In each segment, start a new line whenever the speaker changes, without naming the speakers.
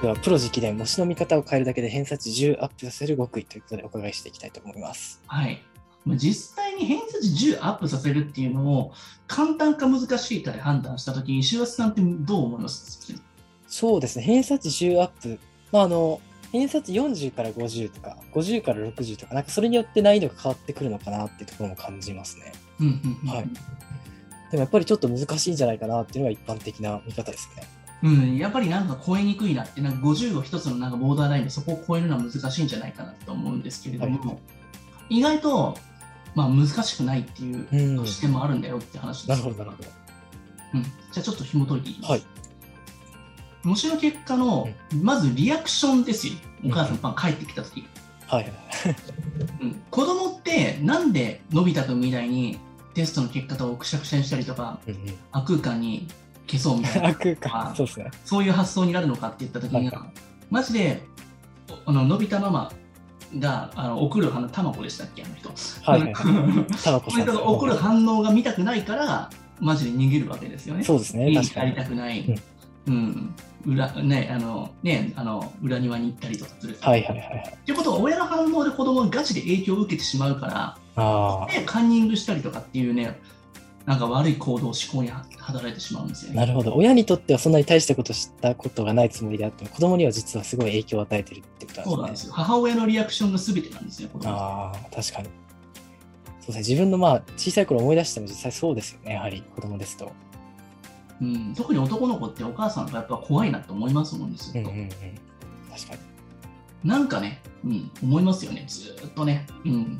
では、プロ直伝、模試の見方を変えるだけで偏差値10アップさせる極意ということでお伺いしていきたいと思います。
はい。まあ実際に偏差値10アップさせるっていうのを簡単か難しいかで判断したときに、石橋さんってどう思います
そうですね、偏差値10アップ、まあ、あの、偏差値40から50とか、50から60とか、なんかそれによって難易度が変わってくるのかなっていうところも感じますね。
うんうんうん
はいでもやっぱりちょっと難しいんじゃないかなっていうのが一般的な見方ですね。
うん、やっぱりなんか超えにくいなって、なんか50を一つのなんかボーダーラインでそこを超えるのは難しいんじゃないかなと思うんですけれども、
は
意外と、まあ、難しくないっていう
うん。
視点もあるんだよって話で
なる
す。
ほど、なるほど。
うん、じゃあちょっと紐解いていきます。
はい。
模試の結果の、まずリアクションですよ。お母さん、まあ帰ってきたとき。
はいはい。
うん、子供ってなんでのび太くんみたいにテストの結果とをくしゃくしゃにしたりとか
うんうん
悪空間に消そうみたい な
あ、空間。そうですね。
そういう発想になるのかって言った時に
は
はマジであののび太ママがあの送る反応たまこでしたっけあの人
はい はいはい。
の
タバコさん
人
ですね。
が送る反応が見たくないからマジで逃げるわけですよね。
そうですね、
家に
確
帰
か
り
に。
たくない、
うん
うん裏ねあのねあの裏庭に行ったりとかする。
はいはいはいはい。
っていうことは親の反応で子供がガチで影響を受けてしまうから、
あ
でカンニングしたりとかっていうね、なんか悪い行動、思考に働いてしまうんですよ
あ、な
ね。
るほど。親にとってはそんなに大したことしたことがないつもりであっても、子供には実はすごい影響を与えてるってこと
そうな
なん
ん
で
です
ね。
すよ。母親のリアクションが全てなんですよ、子供は
ああ、確かに。そうですね、自分のまあ小さい頃思い出しても実際そうですよね、やはり子供ですと。
うん。特に男の子ってお母さんがやっぱ怖いなと思いますもんです
うん
よ、
うんう
ずっと
ん。確かに。
なんかね、うん、思いますよね、ずーっとね。うん。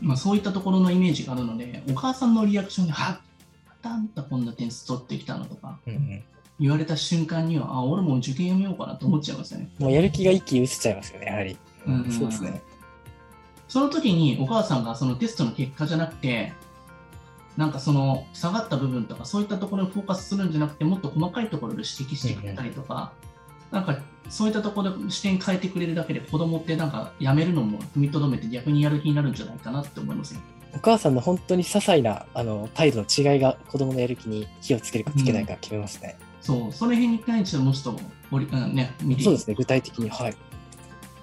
まあそういったところのイメージがあるので、お母さんのリアクションで、はまたあんたこんな点数取ってきたのとか
うんうん、
言われた瞬間には、あ、俺もう受験やめようかなと思っちゃいますよね。
もうやる気が一気に失せちゃいますよね、やはり。
うん
そうですね。
その時にお母さんがそのテストの結果じゃなくて、なんかその下がった部分とか、そういったところにフォーカスするんじゃなくて、もっと細かいところで指摘してくれたりとか、なんかそういったところで視点変えてくれるだけで、子供ってなんかやめるのも踏みとどめて、逆にやる気になるんじゃないかなって思いますよ。
お母さんの本当に些細なあの態度の違いが子供のやる気に火をつけるかつけないか決めますね。
そう、その辺に関してはもうちょっと折り、うんね、見てい
そうですね、具体的に。はい。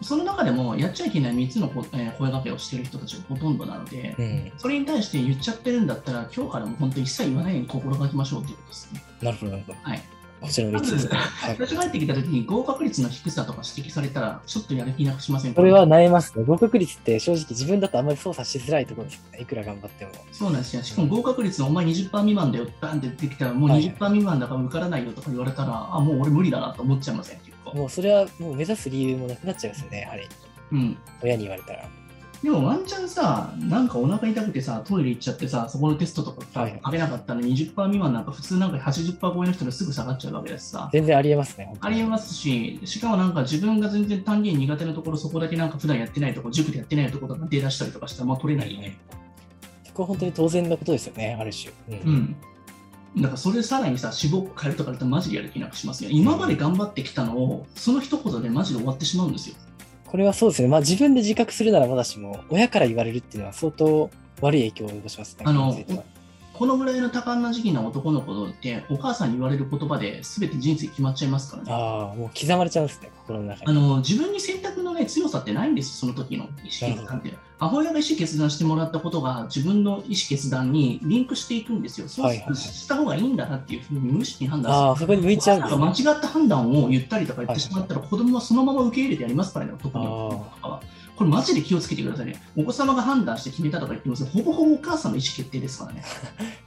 その中でも、やっちゃいけない3つのこ、えー声掛けをしている人たちがほとんどなので、
うん、
それに対して言っちゃってるんだったら、今日からもう本当に一切言わないように心がけましょうっていうことですね。
なるほど、なるほど。
はい。
こちらの3つですね。はい
私が帰ってきた時に合格率の低さとか指摘されたら、ちょっとやる気なくしませんか
これは悩みますね。合格率って正直自分だとあんまり操作しづらいところですよね。いくら頑張っても。
そうなんですよ。しかも合格率のお前20%未満だよ、バンって出てきたら、もう
はい
20%未満だから受からないよとか言われたら、あ、もう俺無理だなと思っちゃいません、結構。
もうそれはもう目指す理由もなくなっちゃいますよね。やはり
うん。
親に言われたら。
でもワンチャンさ、なんかお腹痛くてさ、トイレ行っちゃってさ、そこのテストとか
は
さ
い
食べなかったら20%未満なんか普通なんか80%超えの人ですぐ下がっちゃうわけですさ。
全然ありえますね。本当
あ
に
りえますし、しかもなんか自分が全然単元苦手なところ、そこだけなんか普段やってないところ、塾でやってないところとか出だしたりとかしたら、まあ取れないよね。
そこは本当に当然のことですよね。ある種。うん
うん。だからそれさらにさ、志望校変えるとかだったらマジでやる気なくしますよ。今まで頑張ってきたのを、その一言でマジで終わってしまうんですよ。
これはそうですね。まあ自分で自覚するならまだしも、親から言われるっていうのは相当悪い影響を及ぼしますね。
あの
こについては
このぐらいの多感な時期の男の子って、お母さんに言われる言葉で全て人生決まっちゃいますからね。
ああ、もう刻まれちゃうんですね。心の中
あ
に。
の自分に選択の、ね、強さってないんですよ、その時の意思決断って。母親が意思決断してもらったことが自分の意思決断にリンクしていくんですよ。そう
はいはいはい
した方がいいんだなっていうふうに無意識に判断する
ああ、そこに向いちゃうんですね
間。違った判断を言ったりとか言ってしまったら、子供はそのまま受け入れてやりますからね、男の子とかは。これ、マジで気をつけてくださいね。お子様が判断して決めたとか言ってますけどほぼほぼお母さんの意思決定ですからね。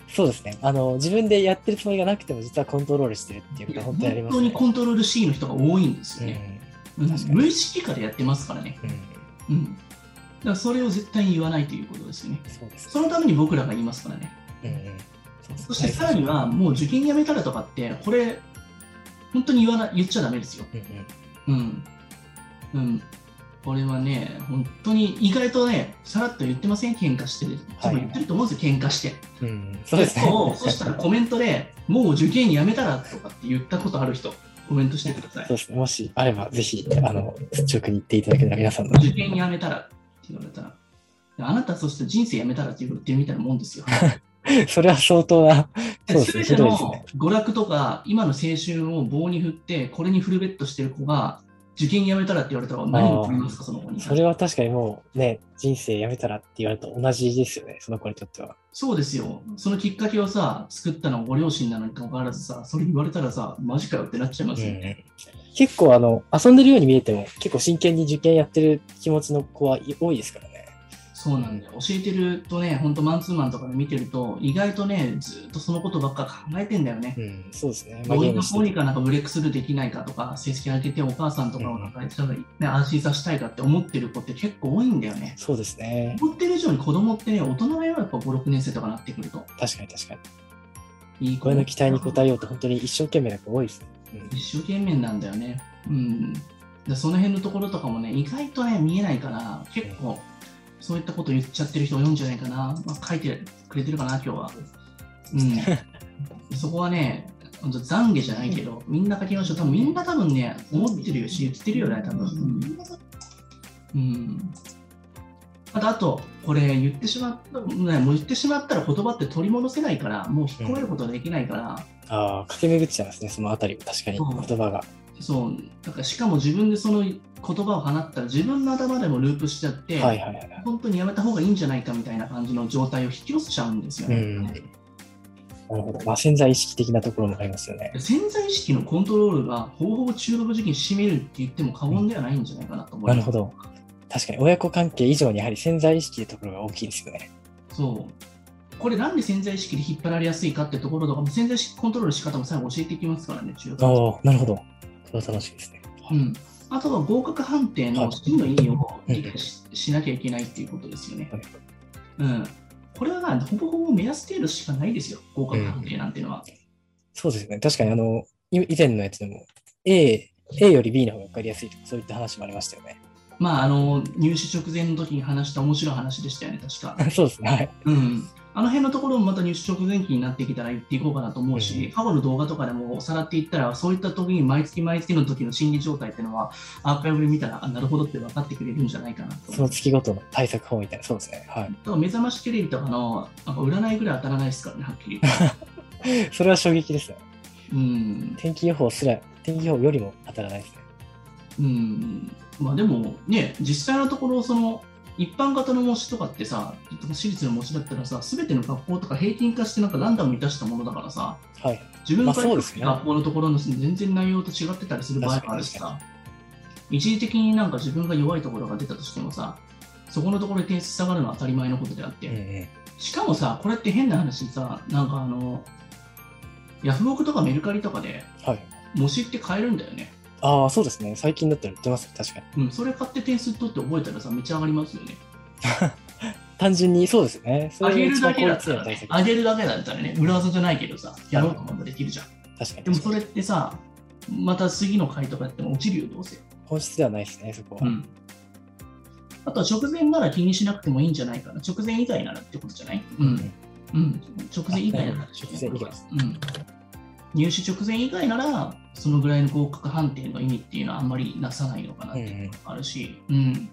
そうですね。あの、自分でやってるつもりがなくても実はコントロールしてるっていうことは本当にあり
本
ます
当
ね。
にコントロール C の人が多いんですよね。う
確
ん
かに
無意識下でやってますからね。
うん。うん。
うん、だからそれを絶対に言わないということですよね。
そうですね。
そのために僕らが言いますからね。
うんうんそう
そしてさらには、もう受験やめたらとかって、これ、本当に言わな言っちゃだめですよ。
うんうん
うん。うん。これはね、本当に意外とね、さらっと言ってません、喧嘩してる。多分言ってると思うんですよ、喧嘩して。
うんうん、そうですね。
そうそしたらコメントで、もう受験やめたらとかって言ったことある人、コメントしてください
そ。うですね。もしあれば、ぜひ、あの、率直に言っていただけたら皆さんの。
受験やめたらって言われたら。あなた、そして人生やめたらって言ってみたいなもんですよ。
それは相当な そうです
せ
ね
め
ひ
て
どいですね
の娯楽とか、今の青春を棒に振って、これにフルベットしてる子が、受験やめたらって言われたら、何を取りますか、その子に。
それは確かにもうね、人生やめたらって言われたら同じですよね、その子にとっては。
そうですよ。そのきっかけをさ、作ったのはご両親なのにかかわらずさ、それ言われたらさ、マジかよってなっちゃいますよね。
結構あの、遊んでるように見えても、結構真剣に受験やってる気持ちの子は多いですからね。
そうなんだよ。教えてるとね、ほんとマンツーマンとかで見てると、意外とね、ずっとそのことばっか考えてんだよね。
うん、そうですね。
どうにか
して
こうにかなんかブレイクスルーできないかとか、成績上げてお母さんとかをなんか、ね安心させたいかって思ってる子って結構多いんだよね。
そうですね。
思ってる以上に子供ってね、大人がやっぱ5、6年生とかなってくると、
確かに確かに。
いい子
これの期待に応えようと、本当に一生懸命な子多いですね。うん
一生懸命なんだよね。うん。でその辺のところとかもね、意外とね、見えないから、結構、そういったこと言っちゃってる人多いんじゃないかな。まあ、書いてくれてるかな、今日は。うん。そこはね、ほんと懺悔じゃないけど、みんな書きましょう。多分みんな多分ね、思ってるよし、言ってるよね、多分。うん。うんあと、あと、これ言ってしまった、ね、もう言ってしまったら言葉って取り戻せないから、もう引っ込めることはできないから、
ああ、駆け巡っちゃいますね、そのあたりも確かに、
うん
言葉が。
そうだからしかも自分でその言葉を放ったら自分の頭でもループしちゃって、
はいはいはいはい。
本当にやめた方がいいんじゃないかみたいな感じの状態を引き寄せちゃうんですよね。
うんなるほど。まあ、潜在意識的なところもありますよね。
潜在意識のコントロールが方法中毒時期に占めるって言っても過言ではないんじゃないかなと思い
な
ます。
るほど。確かに、親子関係以上にやはり潜在意識というところが大きいですよね。
そうこれなんで潜在意識で引っ張られやすいかってところとかも潜在意識コントロールの仕方も最後教えていきますからね、中
あ
学
あ、なるほど。それは楽しいですね。
うん、あとは合格判定の真の意味を理解ししなきゃいけないっていうことですよね
はい。
うん、これはまあほぼほぼ目安程度しかないですよ、合格判定なんていうのは。
そうですね。確かに、あの、い以前のやつでも、A、A より B の方が分かりやすいとか、そういった話もありましたよね。
まあ、あの入試直前の時に話した面白い話でしたよね、確か。
そうですね。はい。
うん、あの辺のところもまた入試直前期になってきたら言っていこうかなと思うし、
うん
過去の動画とかでもさらっていったら、そういった時に毎月毎月の時の心理状態っていうのは、アーカイブで見たら、あなるほどって分かってくれるんじゃないかなと
その月ごとの対策法みたいな、そうですね。は
だから目覚ましテレビとかのなんか占いぐらい当たらないですからね、はっきり言 っ
い。
て。
それは衝撃ですね。
うん、
天気予報すら、天気予報よりも当たらないですね。
うん、まあでもね、実際のところ、その一般型の模試とかってさ、私立の模試だったらさ、すべての学校とか平均化してなんかランダムに出したものだからさ、
はい。
自分
ま
の
あそうですね
学校のところの全然内容と違ってたりする場合もあるしさ、一時的になんか自分が弱いところが出たとしてもさ、そこのところで点数下がるのは当たり前のことであって、
うんうん。
しかもさ、これって変な話さ、なんかあの、ヤフオクとかメルカリとかで
はい。
模試って買えるんだよね。
ああ、そうですね。最近だったら売ってますね。確かに。
うん、それ買って点数取って覚えたらさ、めっちゃ上がりますよね。
単純にそうですね。そ
上げ
れが
る
一
だ
番
け
効
だっ
率的な
たら、
対
ね
策。、
上げるだけだったらね、裏技じゃないけどさ、やろうと思えばできるじゃん。
確かに。
でもそれってさ、また次の回とかやっても落ちるよ、どうせ。
本質ではないですね、そこは。
うん。あとは直前なら気にしなくてもいいんじゃないかな。直前以外ならってことじゃないうん。うん。直前以外な
直
ら。
前以外
うん。入試直前以外なら、そのぐらいの合格判定の意味っていうのはあんまりなさないのかなっていうのがあるし、うん。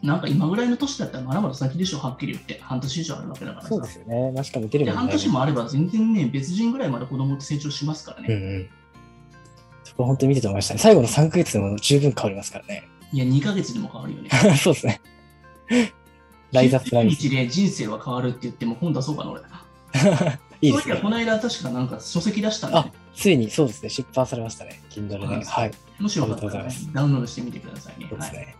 なんか今ぐらいの年だったらまだまだ先でしょ、はっきり言って。半年以上あるわけだから
そうですよね。まあ、しかも出る
で
も
半
ね。
年もあれば全然ね、別人ぐらいまで子供って成長しますから
うんう
ね。
ん。そこ本当に見てて思いましたね。最後の3ヶ月でも十分変わりますからね。
いや、2ヶ月でも変わるよね。
そうですね。 ライズアップライズ。
90日で人生は変わるって言っても、今度はそうかな、俺。
いいです
そういや
ね
こ。の間、確かなんか書籍出したんで、
あ、ついにそうですね。出版されましたね。Kindle
はい
で。はい。
もしよかっ
ありが
たら
とうござい
ね
ます
ダウンロードしてみてくださいね。
そうで
は
す
い
ね。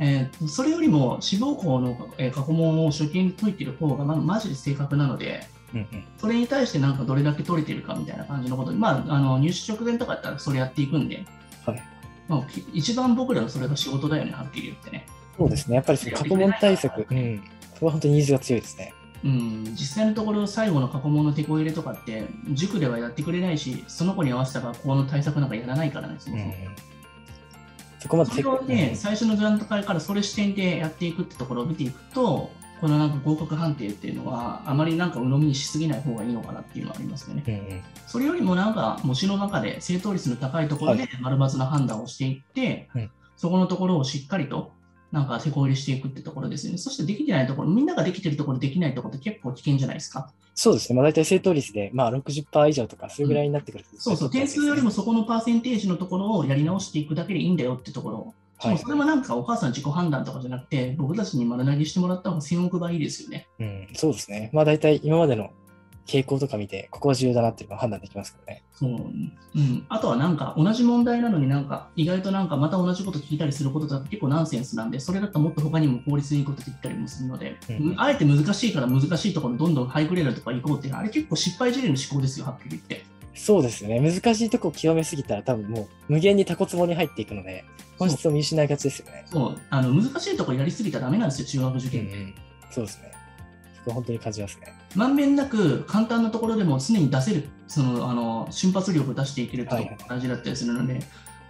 えーそれよりも、志望校の、えー過去問を初見に解いてる方が、ま、マジで正確なので、
うんうん。
それに対してなんかどれだけ取れてるかみたいな感じのことで、まあ、あの入試直前とかだったらそれやっていくんで、
はい
まあ、き一番僕らのそれが仕事だよね、はっきり言ってね。
そうですね。やっぱりその過去問対策。うん。そこは本当にニーズが強いですね。
うん、実際のところ最後の過去問の手こ入れとかって塾ではやってくれないしその子に合わせた学校の対策なんかやらないからねそも
うん
そ
うん
も、
そこまで
それをね、最初の段階からそれ視点でやっていくってところを見ていくとこのなんか合格判定っていうのはあまりなんか鵜呑みにしすぎない方がいいのかなっていうのはありますよね
うんうん。
それよりもなんか模試の中で正答率の高いところで丸抜の判断をしていって、
うん
そこのところをしっかりとなんか手こ入れしていくってところですよね。そしてできてないところ、みんなができてるところできないところって結構危険じゃないですか。
そうですね。まあ大体正答率で、まあ60%以上とか、それぐらいになってくる、
そうそう、点数よりもそこのパーセンテージのところをやり直していくだけでいいんだよってところ。
は
もう
い
そ。れはなんかお母さん自己判断とかじゃなくて、僕たちに丸投げしてもらった方が1000億倍いいですよね。
うん、そうですね。まあ大体今までの傾向とか見て、ここは重要だなっていうのは判断できますからね。
そう、うん、あとはなんか同じ問題なのになんか意外となんかまた同じこと聞いたりすることだって結構ナンセンスなんでそれだったらもっと他にも効率いいことできたりもするので、
うん
うんあえて難しいから難しいところどんどんハイグレードとか行こうっていうのはあれ結構失敗事例の思考ですよはっきり言って
そうですね。難しいとこ極めすぎたら多分もう無限にタコツボに入っていくので、本質を見失いがちですよね。
そうあの難しいところやりすぎたらダメなんですよ中学受
うんう
験って、
ん。そうですね。そこは本当に感じますね。
まんべんなく簡単なところでも常に出せるそのあの瞬発力を出していけるっていうのが大事だったりするので、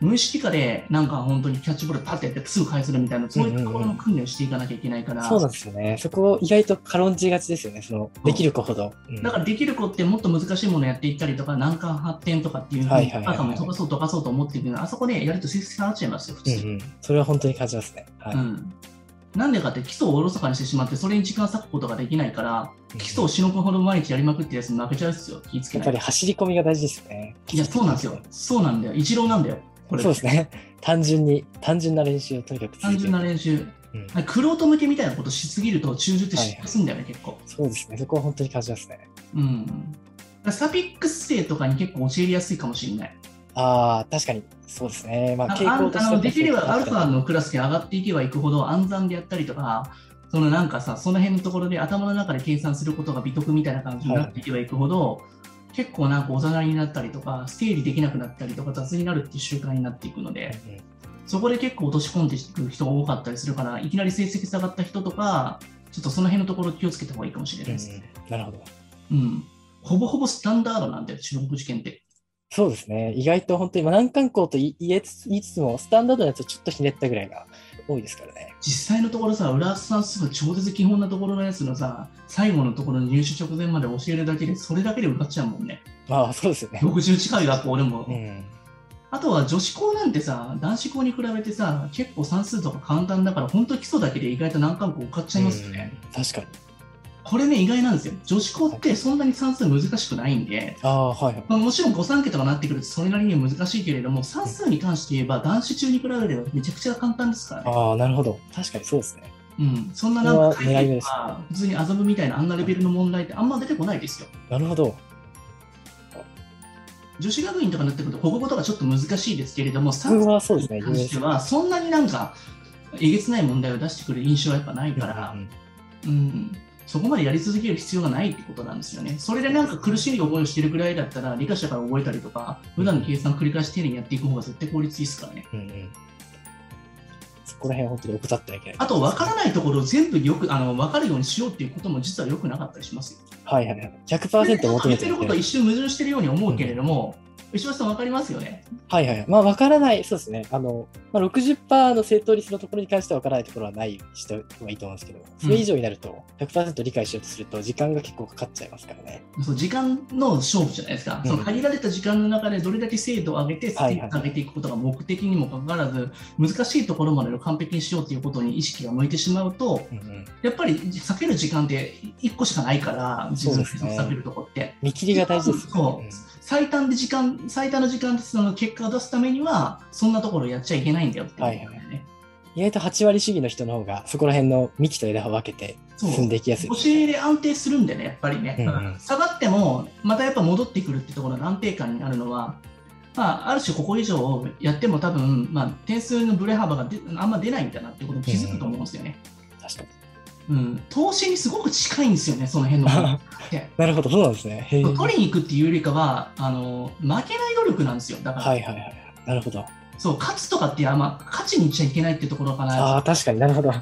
無意識下でなんか本当にキャッチボールパッてやってすぐ返せるみたいなそういうところの訓練をしていかなきゃいけないから、
そうなんですよね。そこを意外と軽んじがちですよね。その、
うん
できる子ほど。うん
だからできる子ってもっと難しいものをやっていったりとか難関発展とかっていう
はいはいはいはい
赤も飛ばそう飛ばそうと思ってるけどあそこでやると成績下がっちゃいますよ普
うん
通、
うん。それは本当に感じますね。はい。
うんなんでかって基礎をおろそかにしてしまってそれに時間割くことができないから基礎をしのぐほど毎日やりまくってるやつに負けちゃうっすよ気ぃつけ
やっぱ
ない
り走り込みが大事ですね。
いやそうなんですよそうなんだよ一郎なんだよこれ
そうですね。 単純に、単純な練習をとにかく続
単
けて
純な練習
うん
くろと向けみたいなことしすぎると中旬って失敗するんだよね、結構
そうですね。そこは本当に感じますね。
うんだからサピックス生とかに結構教えやすいかもしれない
ああ、確かに、そうですね。まあ、
あ
傾向として
あ
は
のできればア
確
ルフ
か
ァのクラスで上がっていけばいくほど暗算でやったりとか、そのなんかさ、その辺のところで頭の中で計算することが美徳みたいな感じになっていけばいくほど、結構なんかおざなりになったりとか、整理できなくなったりとか、雑になるっていう習慣になっていくので、
にうん
そこで結構落とし込んでいく人が多かったりするから、いきなり成績下がった人とか、ちょっとその辺のところ気をつけた方がいいかもしれないですね。
うんなるほど。
うん。ほぼほぼスタンダードなんだよ、中国受験って。
そうですね。意外と本当に、まあ、難関校とい言えつつ言いつつも、スタンダードのやつをちょっとひねったぐらいが多いですからね。
実際のところさ、浦和さんすぐ超絶基本なところのやつのさ、最後のところの入試直前まで教えるだけで、それだけで受かっちゃうもんね。
まあ、そうですよね。
60近い学校でも。
うん。
あとは女子校なんてさ、男子校に比べてさ、結構算数とか簡単だから、本当基礎だけで意外と難関校受かっちゃいますよね。
うん確かに。
これね、意外なんですよ。女子校ってそんなに算数難しくないんで、
ああ、はいはい。
まあ、もちろん5、3桁とかなってくるとそれなりには難しいけれども、算数に関して言えば男子中に比べればめちゃくちゃ簡単ですからね。
ああ、なるほど。確かにそうですね。
うん、そんななんか
それは狙い目
海
です
外とか普通に遊ぶみたいなあんなレベルの問題ってあんま出てこないですよ。
なるほど。
女子学院とかになってくると国語とかちょっと難しいですけれども、算
僕はそうです
数
ね。
に
有名
関
で
し
す
てはそんなになんかえげつない問題を出してくる印象はやっぱないから
う、ん
うん、そこまでやり続ける必要がないってことなんですよね。それでなんか苦しい思いをしてるぐらいだったら理科者から覚えたりとか、普段の計算繰り返し丁寧にやっていく方が絶対効率いいですからね。
うんうん。そこら辺は本当に怠ってはいけない。
あと分からないところを全部よくあの分かるようにしようっていうことも実は良くなかったりしますよ。
はいはいはい。
言っ
100%求めて
て
る
る
みたい
こと
な
は一瞬矛盾してるように思うけれども、石橋さん分かりますよね。
はいはい。まあ、わからない、そうですね。あの、まあ、60%の正答率のところに関してはわからないところはないようにしてもいいと思うんですけど、それ以上になると、100%理解しようとすると、時間が結構かかっちゃいますからね。
そう時間の勝負じゃないですか、
うん
その限られた時間の中でどれだけ精度を上げて、スピ
はいはい
ードを上げていくことが目的にもかかわらず、難しいところまでを完璧にしようということに意識が向いてしまうと、
うんうん
やっぱり避ける時間って1個しかないから、自分の
そうですね
避けるとこって。
見切りが大事ですよね。
そう最短で時間、最短の時間でその結果を出すためには、そんなところをやっちゃいけないんだよっていうことだよね。
うん意外と8割主義の人の方が、そこら辺の幹と枝を分けて
そう
進んでいきやすい
教。えで安定するんでね、やっぱりね、
うんうん
下がっても、またやっぱ戻ってくるってところの安定感になるのは、まあ、ある種、ここ以上やっても、多分まあ点数のブレ幅がであんま出ないんだなってことに気づくと思うんですよね。
確かに。
うん投資にすごく近いんですよね、その辺の ものって。
なるほど、そうなんですね。へえはい
取りに行くっていうよりかはあの、負けない努力なんですよ、だから、
はいはい。なるほど。
そう勝つとかってあんま勝ちにいっちゃいけないってところか
あ
な、
あ、確かになるほど。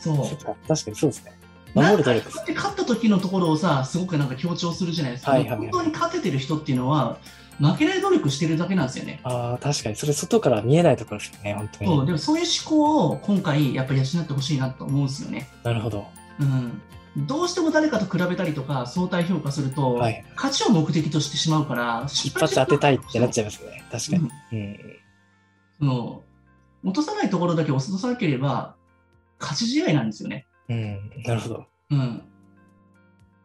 そう
そっか確かにそうですね。
な
守
ん
る
か
努
や
力です。
って勝った時のところをさ、すごくなんか強調するじゃないですか、
はいはいはい
本当に勝ててる人っていうのは、負けない努力してるだけなんですよね。
ああ、確かに。それ外から見えないところですよね、本当
そう
に。
でもそういう思考を今回、やっぱり養ってほしいなと思うんですよね。
なるほど。
うんどうしても誰かと比べたりとか相対評価すると、
はい
勝ちを目的としてしまうから
一発当てたいってなっ
ゃ
ちゃいますね。確かに。うん。
うん、その落とさないところだけ落とさなければ勝ち試合なんですよね。
うん、なるほど。
うん。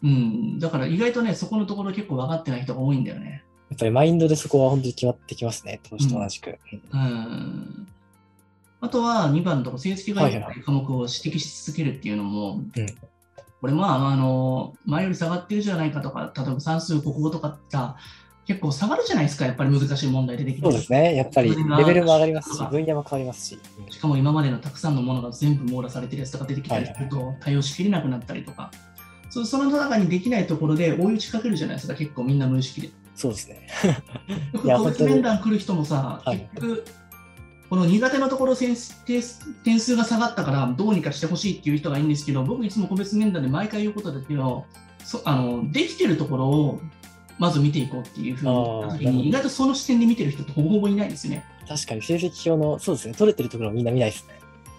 うん、だから意外とね、そこのところ結構分かってない人が多いんだよね。
やっぱりマインドでそこは本当に決まってきますね、投資と同じく。うん
うん。あとは2番のところ、成績が良く
はい
ない科目を指摘し続けるっていうのも、
うん
これまあ、あの、前より下がってるじゃないかとか、例えば算数、国語とかってさ結構下がるじゃないですか、やっぱり難しい問題出てきて。
そうですね、やっぱりレベルも上がりますし、分野も変わりますし。うん
しかも今までのたくさんのものが全部網羅されてるやつとか出てきたりすると対応しきれなくなったりとか、そその中にできないところで追い打ちかけるじゃないですか、結構みんな無意識で。
そうですね。いや
個
本
別
当に
面談来る人もさ、
はい
結局、この苦手なところ点数点数が下がったからどうにかしてほしいっていう人がいいんですけど、僕いつも個別面談で毎回言うことだけど、そあのできてるところをまず見ていこうっていうふうに言
あー
った時
なるほど
に、意外とその視点で見てる人ってほぼほぼいないですよね。
確かに成績表の、そうですね、取れてるところはみんな見ないですね。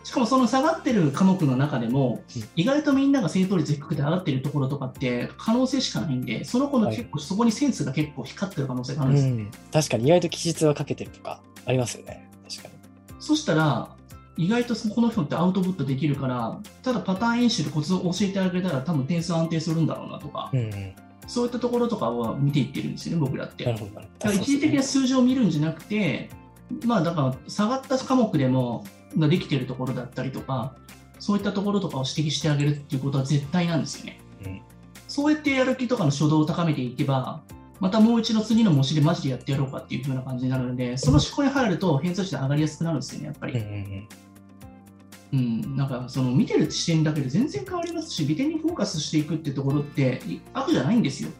しかもその下がってる科目の中でも
うん、
意外とみんなが正答率低くて上がってるところとかって可能性しかないんで、その子の結構、そこにセンスが結構光ってる可能性があるん
う
ですよ、
ん、確かに意外と期日はかけてるとかありますよね。確かに。
そしたら、意外とこの人ってアウトプットできるから、ただパターン演習でコツを教えてあげたら、多分点数安定するんだろうなとか、
うんうん、
そういったところとかは見ていってるんですよね、僕らって。
な
だ
る
か
ほどなるほど。
ら一時的な数字を見るんじゃなくて、まあだから下がった科目でもできてるところだったりとか、そういったところとかを指摘してあげるっていうことは絶対なんですよね。
うん
そうやってやる気とかの初動を高めていけば、またもう一度次の模試でマジでやってやろうかっていう風な感じになるので、その思考に入ると偏差値で上がりやすくなるんですよね、やっぱ
うんう
り。
んうん、
うん、なんかその見てる視点だけで全然変わりますし、美点にフォーカスしていくってところってい悪じゃないんですよ。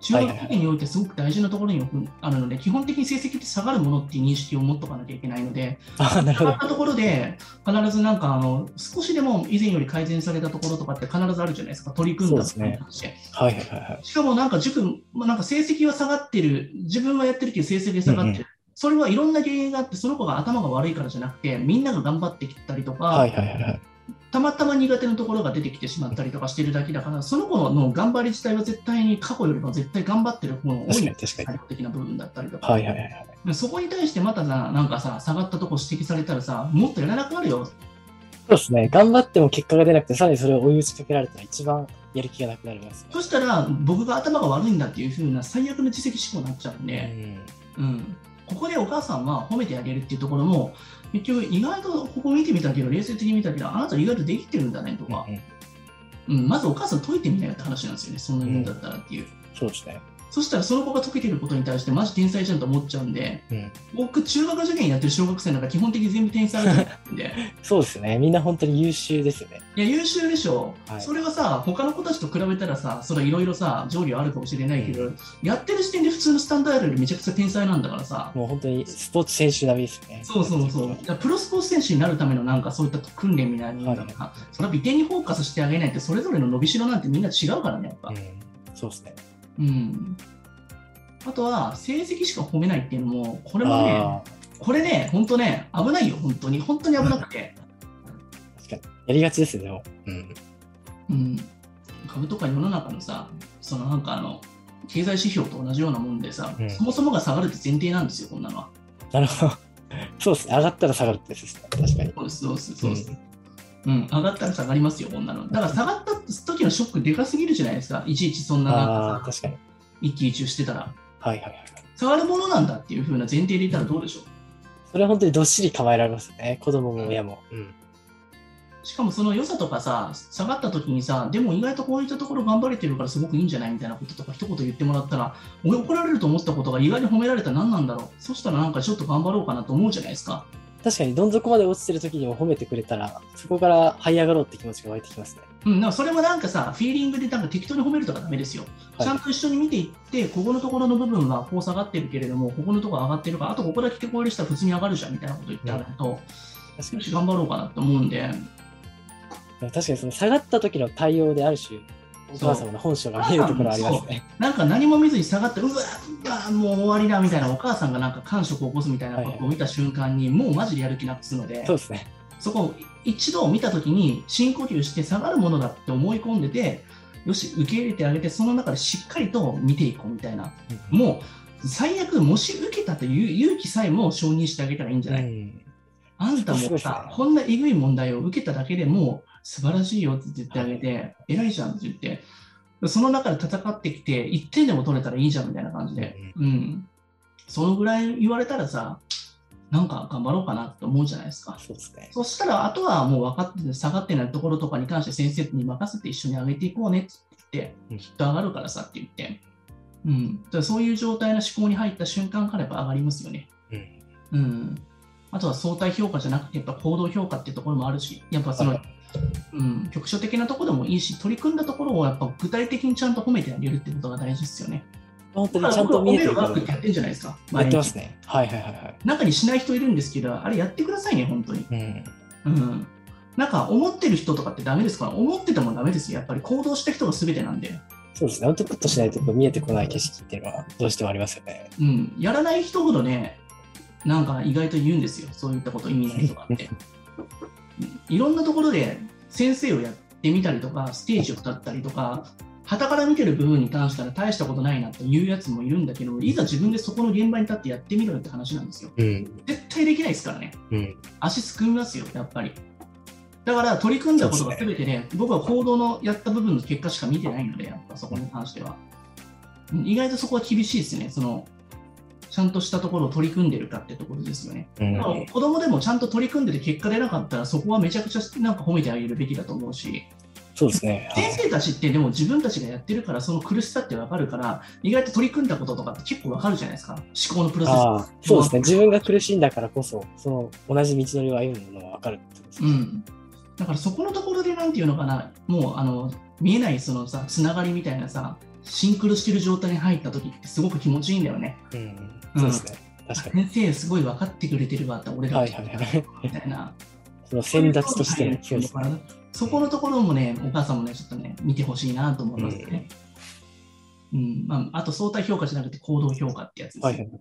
中学受験においてすごく大事なところに置くあるので、基本的に成績って下がるものっていう認識を持っとかなきゃいけないので、
ああ、なる
変
ほ
わ
ど
っ。たところで、必ずなんかあの少しでも以前より改善されたところとかって必ずあるじゃないですか、取り組んだと
そう
か
ですね
に関して。
はいはいはいはい。
しかもなんか塾、まあ、なんか成績は下がってる、自分はやってるけど成績が下がって
う
る、
んう
それはいろんな原因があって、その子が頭が悪いからじゃなくて、みんなが頑張ってきたりとか、
はいはいはいはい。
たまたま苦手なところが出てきてしまったりとかしてるだけだから、その子の頑張り自体は絶対に過去よりも絶対頑張ってる方の多
確か
い
に確か
体
に。
力的な部分だったりとか、
はいはいはい。
そこに対してまたさ、なんかさ、下がったとこ指摘されたらさ、もっとやらなくなるよ
そうですね。頑張っても結果が出なくて、さらにそれを追い打ちかけられたら一番やる気がなくなりますね。
そしたら僕が頭が悪いんだっていう風な最悪の知識思考になっちゃうんで、うん、ここでお母さんは褒めてあげるっていうところも結局意外とここ見てみたけど冷静的に見たけどあなた意外とできてるんだねと
うん、
か、
うんうん
うんまずお母さん解いてみなよって話なんですよねそんな言うんだったらっていう、
そうですね。
そしたらその子が解けてることに対してマジ天才じゃんと思っちゃうんで
うん、
僕中学受験やってる小学生なんか基本的に全部天才だと思う んで
そうですね。みんな本当に優秀ですよね。
いや優秀でしょ、
はい
それはさ他の子たちと比べたらさそれはいろいろさ上位はあるかもしれないけど、
う
やってる時点で普通のスタンダードよりめちゃくちゃ天才なんだからさ、
もう本当にスポーツ選手並みですよね。
そうそうそう。だからプロスポーツ選手になるためのなんかそういった訓練みたいなのが、
は
それは美点にフォーカスしてあげないって、それぞれの伸びしろなんてみんな違うからね、やっぱ
う。ん、そうですね。
うん。あとは、成績しか褒めないっていうのも、これもね、
ああ、
これね、本当ね、危ないよ、本当に。本当に危な くて。
確かに。やりがちですよ、でも。うん。
うん。株とか世の中のさ、そのなんかあの、経済指標と同じようなもんでさ、
うん
そもそもが下がるって前提なんですよ、こんなのは。
なるほど。そうですね。上がったら下がるってやつですね。確かに。
そうです、そうです、そうです。うん、上がったら下がりますよ、こんなの。だから下がった時のショックでかすぎるじゃないですか、いちいちそんななん
ああ、
かさ
確かに。
一喜一憂してたら。
はいはいはい。
下がるものなんだっていう風な前提でいたらどうでしょう。
それは本当にどっしり構えられますよね。子供も親も。うん。
しかもその良さとかさ、下がった時にさ、でも意外とこういったところ頑張れてるからすごくいいんじゃないみたいなこととか一言言ってもらったら、俺怒られると思ったことが意外に褒められたら何なんだろう。そしたらなんかちょっと頑張ろうかなと思うじゃないですか。
確かに、どん底まで落ちてる時にも褒めてくれたら、そこから這い上がろうって気持ちが湧いてきますね。
うん、なんかそれもなんかさ、フィーリングでなんか適当に褒めるとかダメですよ。
はい
ちゃんと一緒に見ていって、ここのところの部分はこう下がってるけれども、ここのところ上がってるから、あとここだけ聞こえる人は普通に上がるじゃんみたいなこと言ってあげると、
確か
少
に
し頑張ろうかなと思うんで、
でも確かにその下がった時の対応である種、お母様の本性が見えるところはありますね。
なんか何も見ずに下がって、うわあもう終わりだみたいな、お母さんがなんか感触を起こすみたいなことを見た瞬間に、もうマジでやる気なくすので
そ、うですね。
そこを一度見たときに、深呼吸して下がるものだって思い込んでて、よし、受け入れてあげて、その中でしっかりと見ていこうみたいな。
うん
もう最悪、もし受けたという勇気さえも承認してあげたらいいんじゃない、
うん
あんた
すごい
も
っすね
さ、こんなえぐい問題を受けただけでもう素晴らしいよって言ってあげて、偉いじゃんって言って、その中で戦ってきて、1点でも取れたらいいじゃんみたいな感じで、うん。そのぐらい言われたらさ、なんか頑張ろうかなって思うじゃないですか。
そうですね。
そしたら、あとはもう分かってて、下がってないところとかに関して先生に任せて一緒に上げていこうねって言って、
うん
きっと上がるからさって言って、うん、だからそういう状態の思考に入った瞬間からやっぱ上がりますよね。
うん
うん、あとは相対評価じゃなくて、やっぱ行動評価っていうところもあるし、やっぱその、うん、局所的なところでもいいし、取り組んだところをやっぱ具体的にちゃんと褒めてあげるってことが大事ですよね。
本当
僕
にちゃんと見えてる
は
か
褒めるワークってやってんじゃないですか。
ら。やってますね。はいはいはいはい。
中にしない人いるんですけど、あれやってくださいね、本当に。
うん、
うんなんか思ってる人とかってダメですから思っててもダメですよ。やっぱり行動した人が全てなんで。
そうですね。アウトプットしないとやっぱ見えてこない景色っていうのはどうしてもありますよね。
うん。やらない人ほどね、なんか意外と言うんですよ。そういったこと意味ない人があって。うんいろんなところで先生をやってみたりとか、ステージを立ったりとか、傍から見てる部分に関しては大したことないなっていうやつもいるんだけど、いざ自分でそこの現場に立ってやってみろよって話なんですよ。
うん、
絶対できないですからね。
うん、
足すくみますよ、やっぱり。だから取り組んだことが全てね、僕は行動のやった部分の結果しか見てないので、やっぱそこに関しては。うん意外とそこは厳しいですね、その、ちゃんとしたところを取り組んでるかってところですよね。
う
だから
ん。
子供でもちゃんと取り組んでて結果出なかったら、そこはめちゃくちゃなんか褒めてあげるべきだと思うし、
そうですね。はい
先生たちってでも自分たちがやってるから、その苦しさってわかるから、意外と取り組んだこととかって結構わかるじゃないですか、思考のプロセス
ああ、そうですね。自分が苦しいんだからこそ、その同じ道のりを歩むのが分かるってことです
う
ね。
ん、だからそこのところでなんていうのかなもうあの見えないそのさつながりみたいなさシンクロしてる状態に入った時ってすごく気持ちいいんだよね。
うん、そうですね。確 か
先生すごい分かってくれてるわって俺
に。
ら
は
み
い
た
はいい
な。
はい。
みたいな
その先達としてのそうですね。
そこのところもね、お母さんもね、ちょっとね、見てほしいなと思いますね。うんまあ、あと相対評価じゃなくて行動評価ってやつですね
はいはいはい。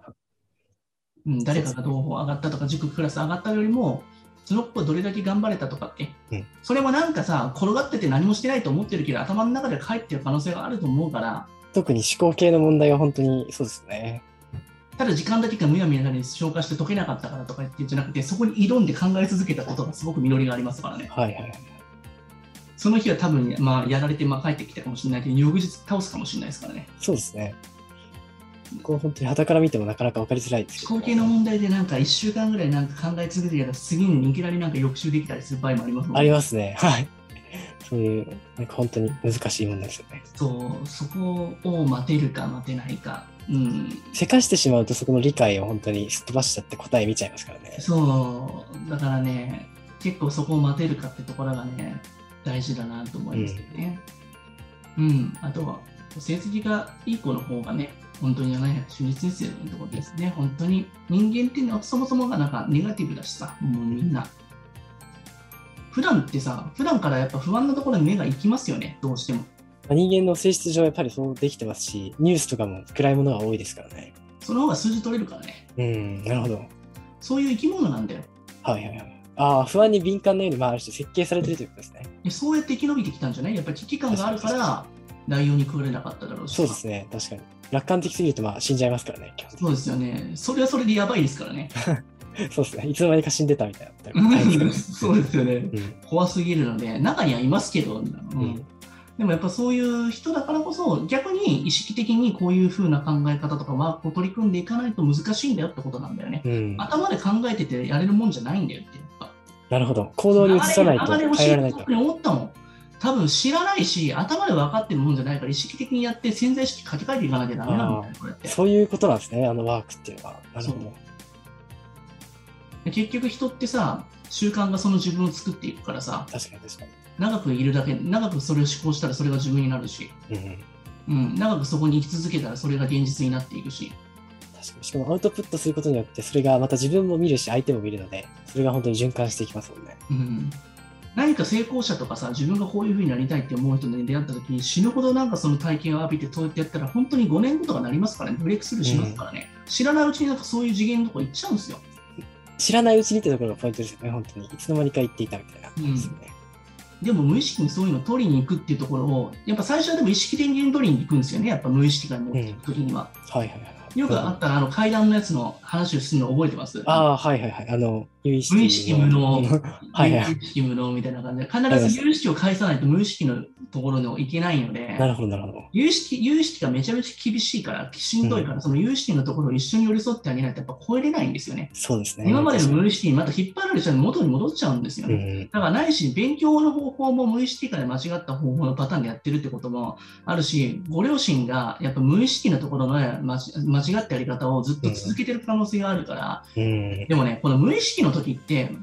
うん、誰かがどう上がったとか、塾クラス上がったよりも、その子どれだけ頑張れたとかって、
うん
それもなんかさ、転がってて何もしてないと思ってるけど、頭の中で帰ってる可能性があると思うから、
特に思考系の問題は本当にそうですね。
ただ時間だけがむやみやたらに消化して解けなかったからとか言ってんじゃなくて、そこに挑んで考え続けたことがすごく実りがありますからね。
はいはい。
その日は多分、まあ、やられて、まあ、帰ってきたかもしれないけど、翌日倒すかもしれないですからね。
そうですね。こう本当に肌から見てもなかなか分かりづらいですけど。
思考系の問題でなんか1週間ぐらいなんか考え続けてやら次にいきなりなんか翌週できたりする場合もありますもんね
ありますね。はい。そういう、なんか本当に難しい問題ですよね。
そうそこを待てるか待てないか、うん、
せかしてしまうと、そこの理解を本当にすっ飛ばしちゃって答え見ちゃいますからね。
そうだからね結構そこを待てるかってところがね大事だなと思いますよね。うん、あとは成績がいい子の方がね本当にやらない中立ですよねってことですね。本当に人間っていうのはそもそもがなんかネガティブだしさもうみんな。普段ってさ普段からやっぱ不安なところに目が行きますよねどうしても。
まあ人間の性質上やっぱりそうできてますし、ニュースとかも暗いものが多いですからね。
その方が数字取れるからね
うん、なるほど。
そういう生き物なんだよ。
はいはいはい。ああ、不安に敏感なように、まあ、ある種設計されてるということですね。
でそうやって生き延びてきたんじゃないやっぱり危機感があるから内容に食われなかっただろうし
そうですね、確かに。楽観的すぎると、まあ、死んじゃいますからね、基本的
そうですよねそれはそれでやばいですからね
にそうですね。いつの間にか死んでたみたいな。
そうですよね
うん
怖すぎるので中にはいますけど、うん
ん
でもやっぱそういう人だからこそ逆に意識的にこういう風な考え方とかワークを取り組んでいかないと難しいんだよってことなんだよね、
うん、
頭で考えててやれるもんじゃないんだよってやっぱ
なるほど。行動に移さないと
流れを教
変え
え
られない
て
と
く。れ思ったもん。多分知らないし、頭で分かってるもんじゃないから、意識的にやって潜在意識書き換えていかなきゃダメなんだよね、これって。
そういうことなんですね、あのワークっていうのは。なるほ
そう
ど。
で結局人ってさ、習慣がその自分を作っていくからさ、
確かに確か
長くいるだけ、長くそれを思考したらそれが自分になるし、
に。うん、
うん、長くそこに生き続けたらそれが現実になっていくし、
確かに。しかもアウトプットすることによって、それがまた自分も見るし、相手も見るので、それが本当に循環していきますもんね。
うん、何か成功者とかさ、自分がこういう風になりたいって思う人に出会った時に死ぬほどなんかその体験を浴びて、そうやってやったら本当に5年後とかなりますからね、ブレイクスルーしますからね、知らないうちになんかそういう次元のとこ行っちゃうんですよ。
知らないうちにってところがポイントですよね、本当に。いつの間にか行っていたみたいな。
うん
ですよね
でも無意識にそういうのを取りに行くっていうところを、やっぱ最初はでも意識的に取りに行くんですよね、やっぱ無意識が持っていくときには。
はいはいはいはい。
よくあったら、あの階段のやつの話をするの覚えてます。
ああ、はいはいはい。あの、有意識
無意識無能
はいはい
有意識無能みたいな感じで、必ず有意識を返さないと無意識のところにいけないので、
なるほど、なるほど。
有意識有意識がめちゃめちゃ厳しいから、しんどいから、その有意識のところを一緒に寄り添ってあげないと、やっぱ超えれないんですよね。
そうですね。
今までの無意識にまた引っ張られちゃう元に戻っちゃうんですよ
う
ね。
ん、
だからないし、勉強の方法も無意識から間違った方法のパターンでやってるってこともあるし、ご両親がやっぱ無意識なところのねまち間違ったやり方をずっと続けてる可能性があるから、
うん、
でもね、この無意識の時って、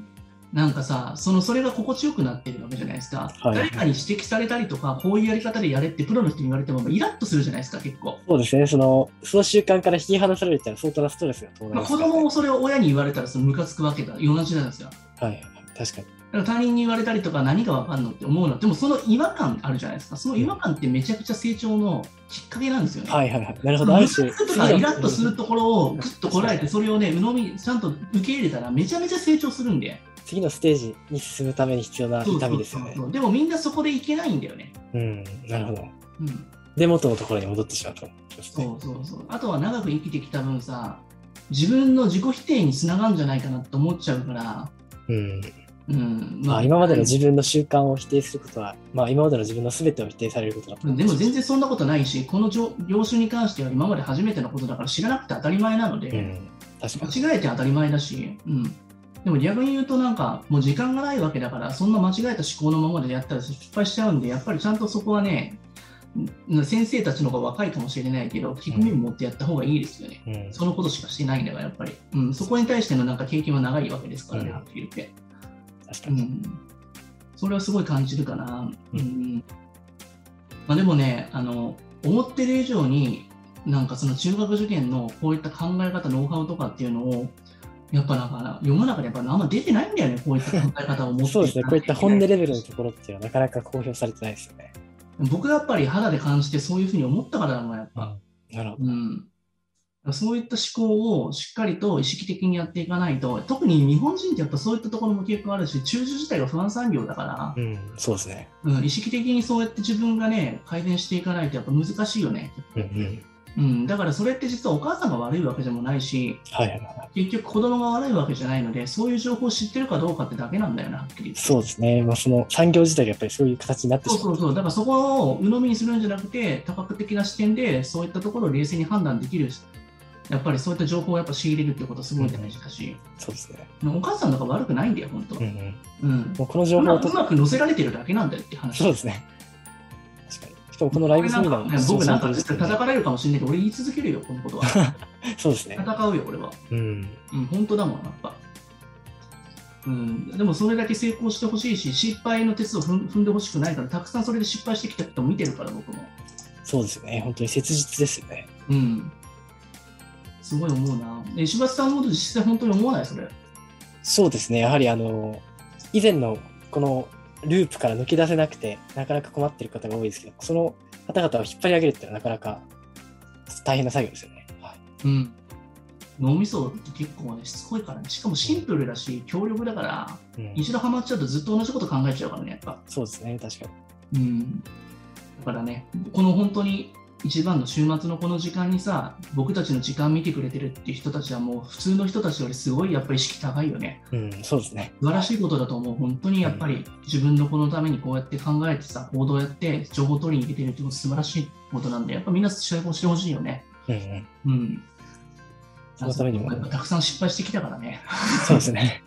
なんかさ、そのそれが心地よくなってるわけじゃないですか。
はい
誰かに指摘されたりとか、こういうやり方でやれってプロの人に言われても、イラッとするじゃないですか、結構。
そうですね。その、その習慣から引き離されるってのは相当なストレスが伴い
まあ、
ます
子
からね、
供もそれを親に言われたら、そのムカつくわけだ。同じなんですよ。
はいはいはい。確かに。
だから他人に言われたりとか何が分かんのって思うのでもその違和感あるじゃないですかその違和感ってめちゃくちゃ成長のきっかけなんですよね。
はいはいはい。なるほ
そ
ど。
の
あ
ム
る
カ
種、
つくとかイラッとするところを
うん
ぐっとこらえてそれをね鵜呑みにちゃんと受け入れたらめちゃめちゃ成長するんで
次のステージに進むために必要な
そう
痛
そ
み
う
です
そ
よ
う
ね。
そうでもみんなそこでいけないんだよね。
うん、なるほど。
うん、
で、元のところに戻ってしまうと。そう
そうそうそうあとは長く生きてきた分さ自分の自己否定につながるんじゃないかなと思っちゃうから、
うん。
うん
まあ、今までの自分の習慣を否定することは、まあ、今までの自分の全てを否定されることだと
う
思
ん
う
でも全然そんなことないし、このじょ業種に関しては今まで初めてのことだから知らなくて当たり前なので、
うん、確かに。
間違えて当たり前だし、うん、でも逆に言うと、なんかもう時間がないわけだから、そんな間違えた思考のままでやったら失敗しちゃうんで、やっぱりちゃんとそこはね、うん先生たちの方が若いかもしれないけど、聞く耳持ってやった方がいいですよね。
うん、
そのことしかしてないんだから、やっぱり、うん、そこに対してのなんか経験は長いわけですからね、
うん
はっきり言って。
確か
う
に。
ん、それはすごい感じるかな。う
うん
んまあ、でもねあの、思ってる以上に、なんかその中学受験のこういった考え方、ノウハウとかっていうのを、やっぱなんか世の中でやっぱあんま出てないんだよね、こういった考え方を持ってる
そうですね、こういった本音レベルのところっていうのはなかなか公表されてないですよね。
僕がやっぱり肌で感じて、そういうふうに思ったからだもん、やっぱ。
なるほど。
うん、そういった思考をしっかりと意識的にやっていかないと、特に日本人ってやっぱそういったところも結構あるし、中受自体が不安産業だから、
うん、そうですね。
うん、意識的にそうやって自分がね、改善していかないとやっぱ難しいよね。
うんうん。
うん、だからそれって実はお母さんが悪いわけでもないし、
はいはいはい。
結局子供が悪いわけじゃないので、そういう情報を知ってるかどうかってだけなんだよな、はっきり言って
そうですね、まあ、その産業自体がやっぱりそういう形になって
そう
しま。
そううそう、だからそこを鵜呑みにするんじゃなくて、多角的な視点で、そういったところを冷静に判断できるし、やっぱりそういった情報をやっぱ仕入れるってことはすごい大事だし、
そうですね。
お母さんとか悪くないんだよ、本当。う。
うんうんん。もうこの情
う
報
ま
を
くう
と、
まく載せられてるだけなんだよって話。
そうですね。確かに。しかもこのライブセミナー
これなんかね僕なんか
そうそう
叩かれるかもしれないけど、俺言い続けるよ、このことは。
そうですね。
戦うよ、俺は。
うん。
うん、本当だもん、やっぱ。うん、でもそれだけ成功してほしいし、失敗の鉄を踏ん踏んでほしくないから、たくさんそれで失敗してきた人も見てるから、僕も。
そうですよね。本当に切実ですよね。
うん。すごい思うな。え、石橋さんのこと実際本当に思わない、それ。
そうですね。やはりあの、以前のこのループから抜け出せなくて、なかなか困ってる方が多いですけど、その方々を引っ張り上げるってのはなかなか大変な作業ですよね。はい。
うん。脳みそって結構ね、しつこいからね。しかもシンプルだし、強力だから、
うん
一度ハマっちゃうとずっと同じこと考えちゃうからね、やっぱ。
そうですね。確かに。
うん、だからね、この本当に一番の週末のこの時間にさ、僕たちの時間見てくれてるっていう人たちはもう普通の人たちよりすごいやっぱり意識高いよね。
うん、そうですね。
素晴らしいことだと思う。本当にやっぱり自分のこのためにこうやって考えてさ、行動やって情報取りに行けてるってこと素晴らしいことなんで、やっぱみんな成功してほしいよね。
うん、うん。
うん。
そのためにも
やっぱたくさん失敗してきたからね。
そうですね。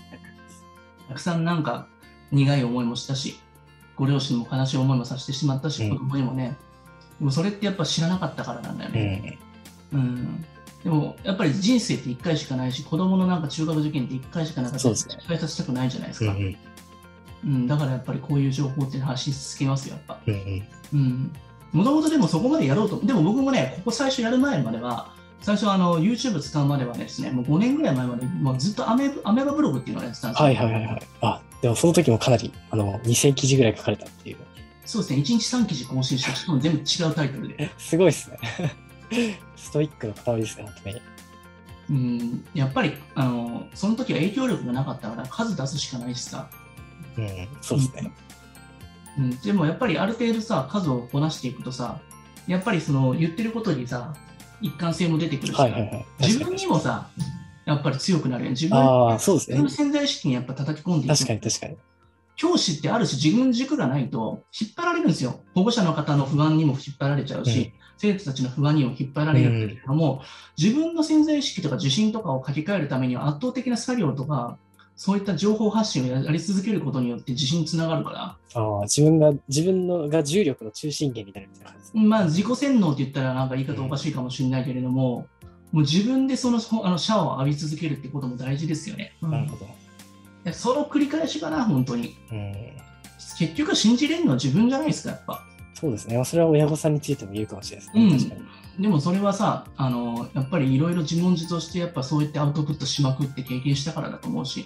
たくさんなんか苦い思いもしたし、ご両親にも悲しい思いもさせてしまったし、
うん
子供にもね、でもそれってやっぱ知らなかったからなんだよ
う
ね。
ん。
うんでもやっぱり人生って1回しかないし、子供のなんか中学受験って1回しかなかった
そう
ら、
です
失
ね
敗させたくないじゃないです
うん、う
か。
ん。
うんだからやっぱりこういう情報って発信し続けますよ、やっぱ。
うんうん。
うんもともとでもそこまでやろうと、でも僕もね、ここ最初やる前までは、最初あの YouTube 使うまではですね、もう5年ぐらい前まで、もうずっとアメアメーバブログっていうのをやってたんですよ。
はいはいはいはい。あ、でもその時もかなり、あの、2000記事ぐらい書かれたっていう。
そうですね、1日3記事更新して、しかも全部違うタイトルで。
すごいですね。 ストイックの塊ですね、本当に。
うん、やっぱりあの、その時は影響力がなかったから、数出すしかないしさ、
うん、そうですね。
うん、でもやっぱりある程度さ、数をこなしていくとさ、やっぱりその言ってることにさ、一貫性も出てくるし、
はいはいはい。
自分にもさ、やっぱり強くなれる。自分
ああ、そうです
自分
ね
の。潜在意識にやっぱ叩き込んでい
確か
く。
に確かに。
教師ってある種自分軸がないと引っ張られるんですよ。保護者の方の不安にも引っ張られちゃうし、生徒たちの不安にも引っ張られるんだけども、自分の潜在意識とか自信とかを書き換えるためには圧倒的な作業とか、そういった情報発信をやり続けることによって自信につながるから、
ああ、自分が、自分のが重力の中心源になるみたいな感じですね。
まあ、自己洗脳って言ったらなんか言い方おかしいかもしれないけれども、もう自分でそのそあのシャワーを浴び続けるってことも大事ですよね。うん
なるほど。
でその繰り返しかな、本当に。
うん。
結局信じれるのは自分じゃないですか、やっぱ。
そうですね。まあそれは親御さんについても言えるかもしれないで
うん
すね。確かに。
でもそれはさ、あのやっぱりいろいろ自問自答して、やっぱそういったアウトプットしまくって経験したからだと思うし、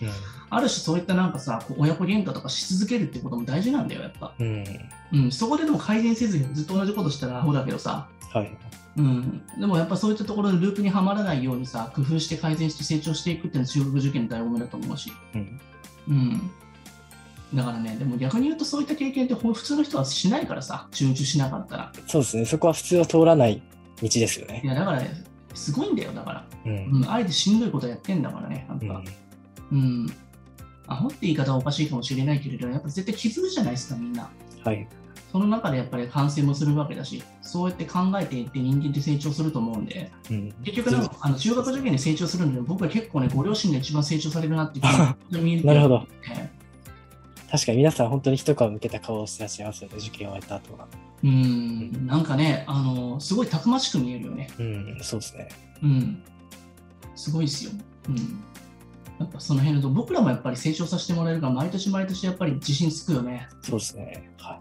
ある種そういったなんかさ、こう親子喧嘩とかし続けるってことも大事なんだよ、やっぱ。
うん。うん。
うん、そこででも改善せずにずっと同じことしたらアホだけどさ、
はい。
うん、でもやっぱそういったところでループにはまらないようにさ工夫して改善して成長していくっていうのは中学受験の醍醐味だと思うし、
うん。
うん、だからねでも逆に言うとそういった経験ってほん普通の人はしないからさ集中しなかったら
そうですね。そこは普通は通らない道ですよ
い
ね。
やだからすごいんだよだから、
うん。
うん、あえてしんどいことやってんだからねなん
う
か
ん、
うん、アホって言い方はおかしいかもしれないけれどやっぱり絶対気づくじゃないですかみんな
はい。
その中でやっぱり反省もするわけだしそうやって考えていって人間って成長すると思うんで
うん。
結局なんかあの中学受験で成長するので僕は結構ねご両親が一番成長されるなっていうふうに見え て
なるほど。
ね
確かに皆さん本当に一皮向けた顔をしてらっしゃいますよね。受験を終えた後は。
うんなんかねあのすごいたくましく見えるよね
うん。そうですね。
うんすごいですようんやっぱその辺のと僕らもやっぱり成長させてもらえるから毎年毎年やっぱり自信つくよね
そうですね。は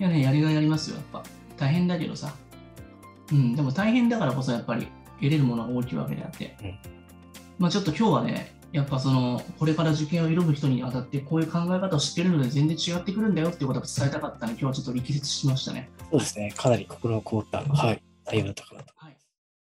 い
やねやりがいありますよやっぱ大変だけどさうんでも大変だからこそやっぱり得れるものが大きいわけであって、
うん
まあちょっと今日はねやっぱそのこれから受験を挑む人にあたってこういう考え方を知ってるので全然違ってくるんだよっていうことが伝えたかったので今日はちょっと力説しましたね。
い。そうですね。かなり心のこもった、はい。内容だったかなと。
はい